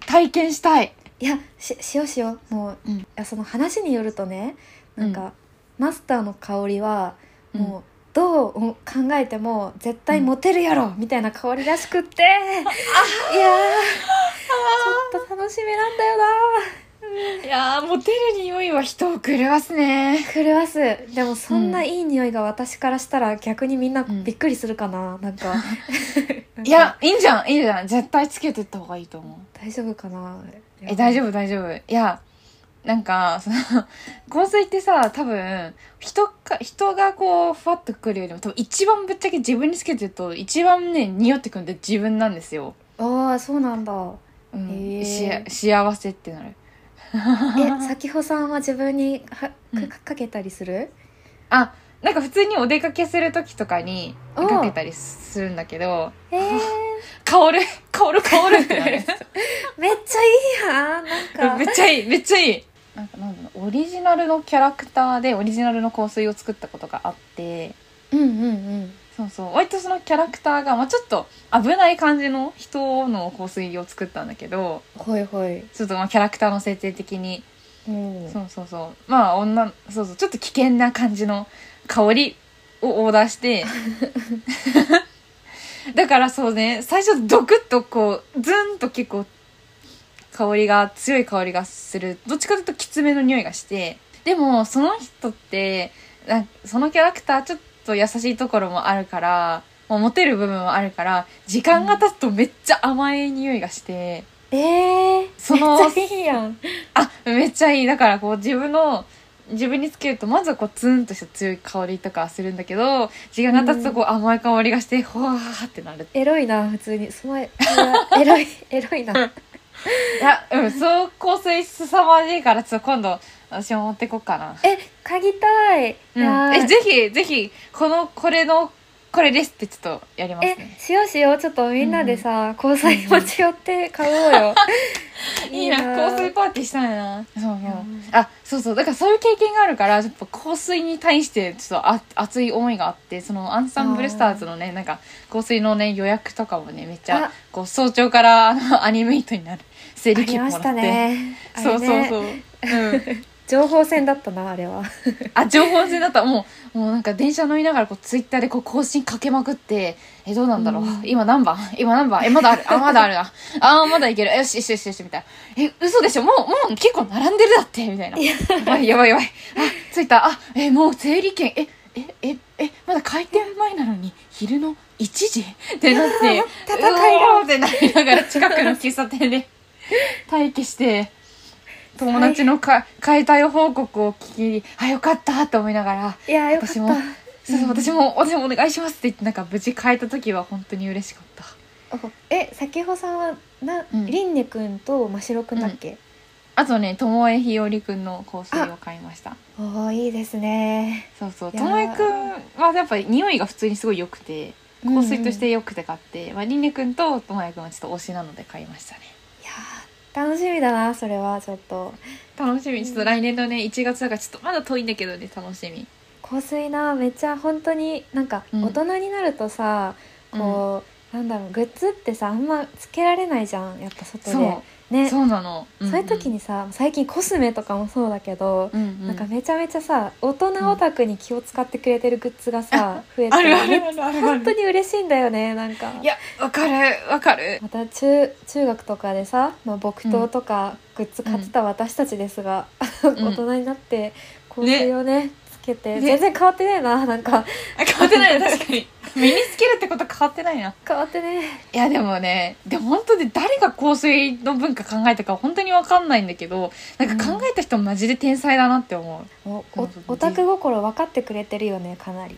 Speaker 2: 体験したい
Speaker 1: いやししようしようもう、
Speaker 2: うん
Speaker 1: いやその話によるとねなんか、マスターの香りはもう、どう考えても絶対モテるやろ、みたいな香りらしくっていやーちょっと楽しみなんだよない
Speaker 2: やー、モテる匂いは人を狂わすね。
Speaker 1: 狂わすでもそんないい匂いが私からしたら逆にみんな
Speaker 2: うん
Speaker 1: びっくりするかな、 なんか
Speaker 2: いや、いいんじゃん、いいんじゃん。絶対つけてった方がいいと思う。
Speaker 1: 大丈夫かな
Speaker 2: え、大
Speaker 1: 夫
Speaker 2: 丈夫、大丈夫。いや、なんか、その、洪水ってさ、多分、人か、人がこう、ふわっとくるよりも、多分一番ぶっちゃけ自分につけてると、一番ね、匂ってくるんで自分なんですよ。
Speaker 1: ああそうなんだ
Speaker 2: うん
Speaker 1: へー
Speaker 2: し幸せってなる。
Speaker 1: え咲穂さんは自分にはか
Speaker 2: うん
Speaker 1: かかけたりする
Speaker 2: あ、なんか普通にお出かけする時とかに、
Speaker 1: うん
Speaker 2: かけたりするんだけど、
Speaker 1: えー、
Speaker 2: 香る、香る香るってなる。
Speaker 1: めっちゃいいやんなん
Speaker 2: め
Speaker 1: か
Speaker 2: っちゃいいめっちゃいいなんかなんだろうオリジナルのキャラクターでオリジナルの香水を作ったことがあって
Speaker 1: うんうんうん
Speaker 2: そうそう割とそのキャラクターが、まあ、ちょっと危ない感じの人の香水を作ったんだけど
Speaker 1: ほいほい
Speaker 2: ちょっとまあキャラクターの設定的に、
Speaker 1: うん
Speaker 2: そうそうそうまあ女そうそうちょっと危険な感じの香りをオーダーして だからそうね最初ドクッとこうズンと結構香りが強い香りがするどっちかというときつめの匂いがしてでもその人ってなんそのキャラクターちょっと優しいところもあるからもうモテる部分もあるから時間が経つとめっちゃ甘い匂いがして、
Speaker 1: えー、
Speaker 2: その
Speaker 1: めっちゃいいやん
Speaker 2: あめっちゃいいだからこう自分の自分につけるとまずはこうツーンとした強い香りとかするんだけど時間が経つとこう甘い香りがしてほわーってなる
Speaker 1: エロいな普通にすごいエロいエロいな
Speaker 2: いやうんそう香水すさまじいからちょっと今度私も持ってこっかな、
Speaker 1: え嗅ぎたい、いや
Speaker 2: うん、
Speaker 1: ー
Speaker 2: えぜひぜひこのこれのこれですってちょっとやります
Speaker 1: え
Speaker 2: ね
Speaker 1: しようしようちょっとみんなでさ、交際持ち寄って買おうよ
Speaker 2: いいな香水パーティーしたいなそうそう、
Speaker 1: ん
Speaker 2: あそうそうだからそういう経験があるからやっぱ香水に対してちょっとあ熱い思いがあってそのアンサンブルスターズのねなんか香水のね予約とかもねめっち
Speaker 1: あ
Speaker 2: ゃこう早朝からあのアニメイトになる整
Speaker 1: あ
Speaker 2: 理
Speaker 1: り
Speaker 2: 券もら
Speaker 1: ま
Speaker 2: って
Speaker 1: したねあ
Speaker 2: そ
Speaker 1: れ
Speaker 2: う
Speaker 1: ね
Speaker 2: そうそう、うん、
Speaker 1: 情報戦だったなあれは
Speaker 2: あ情報戦だったもうもうなんか電車乗りながらこうツイッターでこう更新かけまくってえどうなんだろう、
Speaker 1: うん
Speaker 2: 今何番 今何番えまだあるあ まだあるなあまだいけるよしよしよしよしみたいなえ嘘でしょもうもう結構並んでるだってみたいなやばいやばいやばいあ着いたあえもう整理券ええええまだ開店前なのに昼の1時ってなって
Speaker 1: 戦いが
Speaker 2: うおーってなりながら近くの喫茶店で待機して友達のか解体報告を聞きあよかったと思いながら
Speaker 1: いやよかった
Speaker 2: 私もそうそう私も私もお願いしますって言ってなんか無事変えた時は本当に嬉しかった
Speaker 1: おえ先ほさんはな、
Speaker 2: うん
Speaker 1: りんねくんとましろくんだっけ、
Speaker 2: あとね友えひよりくんの香水を買いました
Speaker 1: おーいいですね
Speaker 2: そうそう
Speaker 1: いやー
Speaker 2: 友えくんはやっぱり匂いが普通にすごい良くて香水として良くて買って、まあ、りんねくんと友えくんはちょっと推しなので買いましたね
Speaker 1: いやー楽しみだなそれはちょっと
Speaker 2: 楽しみちょっと来年のね1月だからちょっとまだ遠いんだけどね楽しみ
Speaker 1: 香水なめっちゃ本当になんか
Speaker 2: うん
Speaker 1: 大人になるとさ、こう、なんだろうグッズってさあんまつけられないじゃんやっぱ外で
Speaker 2: そ
Speaker 1: ね
Speaker 2: うそうなの、んん
Speaker 1: そういう時、にさ最近コスメとかもそうだけど、
Speaker 2: うんうん
Speaker 1: なんかめちゃめちゃさ大人オタクに気を使ってくれてるグッズがさ、増えて
Speaker 2: あ るある
Speaker 1: め
Speaker 2: あるある
Speaker 1: 本当に嬉しいんだよねなんか
Speaker 2: いやわかるわかる
Speaker 1: また中中学とかでさ、まあ、木刀とかグッズ買ってた私たちですが、
Speaker 2: ん
Speaker 1: 大人になって香水をねつけて、
Speaker 2: ね
Speaker 1: 全然変わってねえななんか
Speaker 2: あ変わってないね確 かに身につけるってこと変わってないな
Speaker 1: 変わってね
Speaker 2: いやでもねでも本当に誰が香水の文化考えたか本当にわかんないんだけどなんか考えた人マジで天才だなって思う、
Speaker 1: えお
Speaker 2: そう
Speaker 1: お
Speaker 2: そう
Speaker 1: オタク心分かってくれてるよねかなり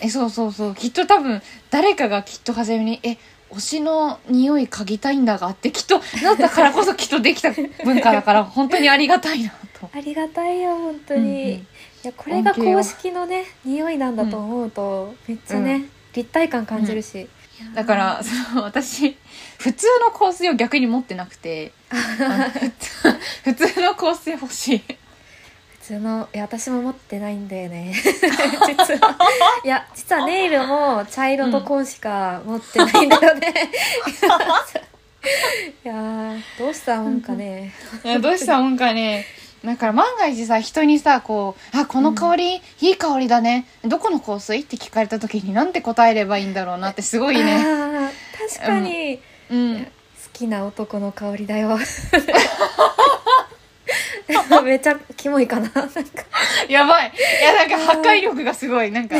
Speaker 2: えそうそうそうきっと多分誰かがきっと初めにえ推しの匂い嗅ぎたいんだがってきっとなったからこそきっとできた文化だから本当にありがたいなと
Speaker 1: ありがたいよ本当に、
Speaker 2: うんうん
Speaker 1: いやこれが
Speaker 2: 恩恵を
Speaker 1: 公式のね匂いなんだと思うと、めっちゃね、
Speaker 2: う
Speaker 1: 立体感感じるし、いやー
Speaker 2: だからその私普通の香水を逆に持ってなく てあの普通普通の香水欲しい
Speaker 1: 普通のいや私も持ってないんだ よね実はいや実はネイルも茶色と紺しか持ってな いんだよね、いやーどうしたもんかね、
Speaker 2: いやどうしたもんかねだから万が一さ人にさこう「あこの香り、いい香りだねどこの香水?」って聞かれた時になんて答えればいいんだろうなってすごいね、
Speaker 1: あー確かに、好
Speaker 2: うん、
Speaker 1: きな男の香りだよ めちゃキモいかななんか
Speaker 2: やばいいやなんか破壊力がすごい なんか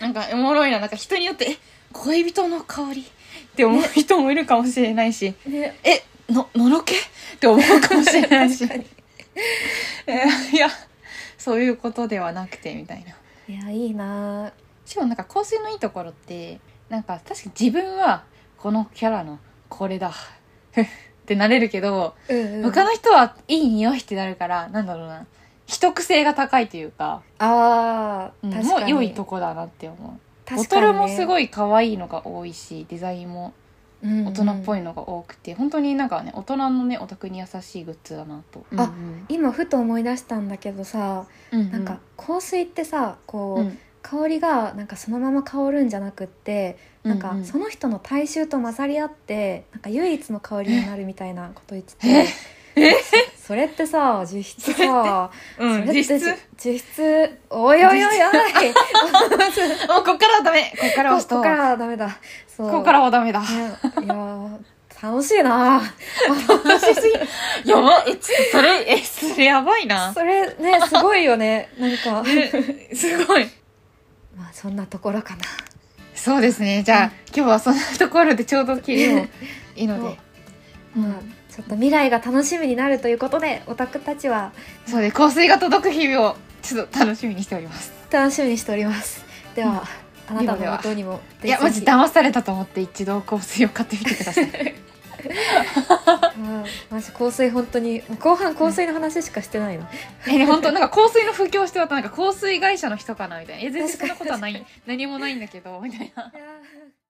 Speaker 2: なんかおもろいななんか人によってえ「恋人の香り」って思う人もいるかもしれないし
Speaker 1: ね
Speaker 2: 「えののろけ?」って思うかもしれないし
Speaker 1: 確かに
Speaker 2: えーいやそういうことではなくてみたいない
Speaker 1: やいいな
Speaker 2: しかもなんか香水のいいところってなんか確かに自分はこのキャラのこれだってなれるけど、
Speaker 1: うん、うん、
Speaker 2: 他の人はいい匂いってなるからなんだろうな人癖が高いというか
Speaker 1: あ
Speaker 2: う
Speaker 1: ー
Speaker 2: ん
Speaker 1: 確
Speaker 2: も
Speaker 1: か
Speaker 2: う
Speaker 1: に
Speaker 2: 良いとこだなって思う、ボ
Speaker 1: 確
Speaker 2: ト
Speaker 1: かにね
Speaker 2: ルもすごい可愛いのが多いしデザインも
Speaker 1: うん
Speaker 2: 大人っぽ
Speaker 1: い
Speaker 2: いのが多くて、本当になんかね大人のねお宅に優しいグッズだなと、
Speaker 1: あ今ふと思い出したんだけどさ
Speaker 2: うんうん
Speaker 1: なんか、香水ってさこう、
Speaker 2: うん
Speaker 1: 香りがなんかそのまま香るんじゃなくってなん
Speaker 2: う
Speaker 1: か
Speaker 2: う
Speaker 1: その人の体臭と混ざり合ってなんか唯一の香りになるみたいなこと言って
Speaker 2: え
Speaker 1: てそそれってさ実質さ
Speaker 2: うん
Speaker 1: それ
Speaker 2: 実
Speaker 1: って
Speaker 2: 質
Speaker 1: 実質おいおいおいおい
Speaker 2: もうこっからはダメこっからは押
Speaker 1: こ
Speaker 2: すと
Speaker 1: こからはダメだそう
Speaker 2: ここからはダメだ
Speaker 1: ねいやー楽しいな
Speaker 2: 楽しすぎやばえちょっとそれえそれやばいな
Speaker 1: それねすごいよねなんか
Speaker 2: え すごい
Speaker 1: まあそんなところかな
Speaker 2: そうですねじゃあ、今日はそんなところでちょうど切りもいいので、う
Speaker 1: まあ
Speaker 2: ん、
Speaker 1: ちょっと未来が楽しみになるということでオタクたちは
Speaker 2: そうで香水が届く日々をちょっと楽しみにしております
Speaker 1: 楽しみにしておりますでは、あなたの音にも
Speaker 2: いやマジ
Speaker 1: だ
Speaker 2: 騙されたと思って一度香水を買ってみてください
Speaker 1: マジ香水本当に後半香水の話しかしてないの
Speaker 2: えね本当なんか香水の布教してもらったなんか香水会社の人かなみたいなえ全然そんなことはない何もないんだけどみたいな。
Speaker 1: いやー